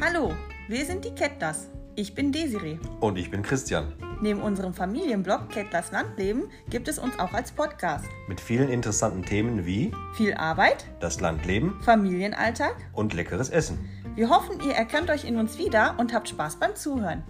Hallo, wir sind die Kettlers. Ich bin Desiree. Und ich bin Christian. Neben unserem Familienblog Kettlers Landleben gibt es uns auch als Podcast. Mit vielen interessanten Themen wie Viel Arbeit, das Landleben Familienalltag. und leckeres Essen. Wir hoffen, ihr erkennt euch in uns wieder und habt Spaß beim Zuhören.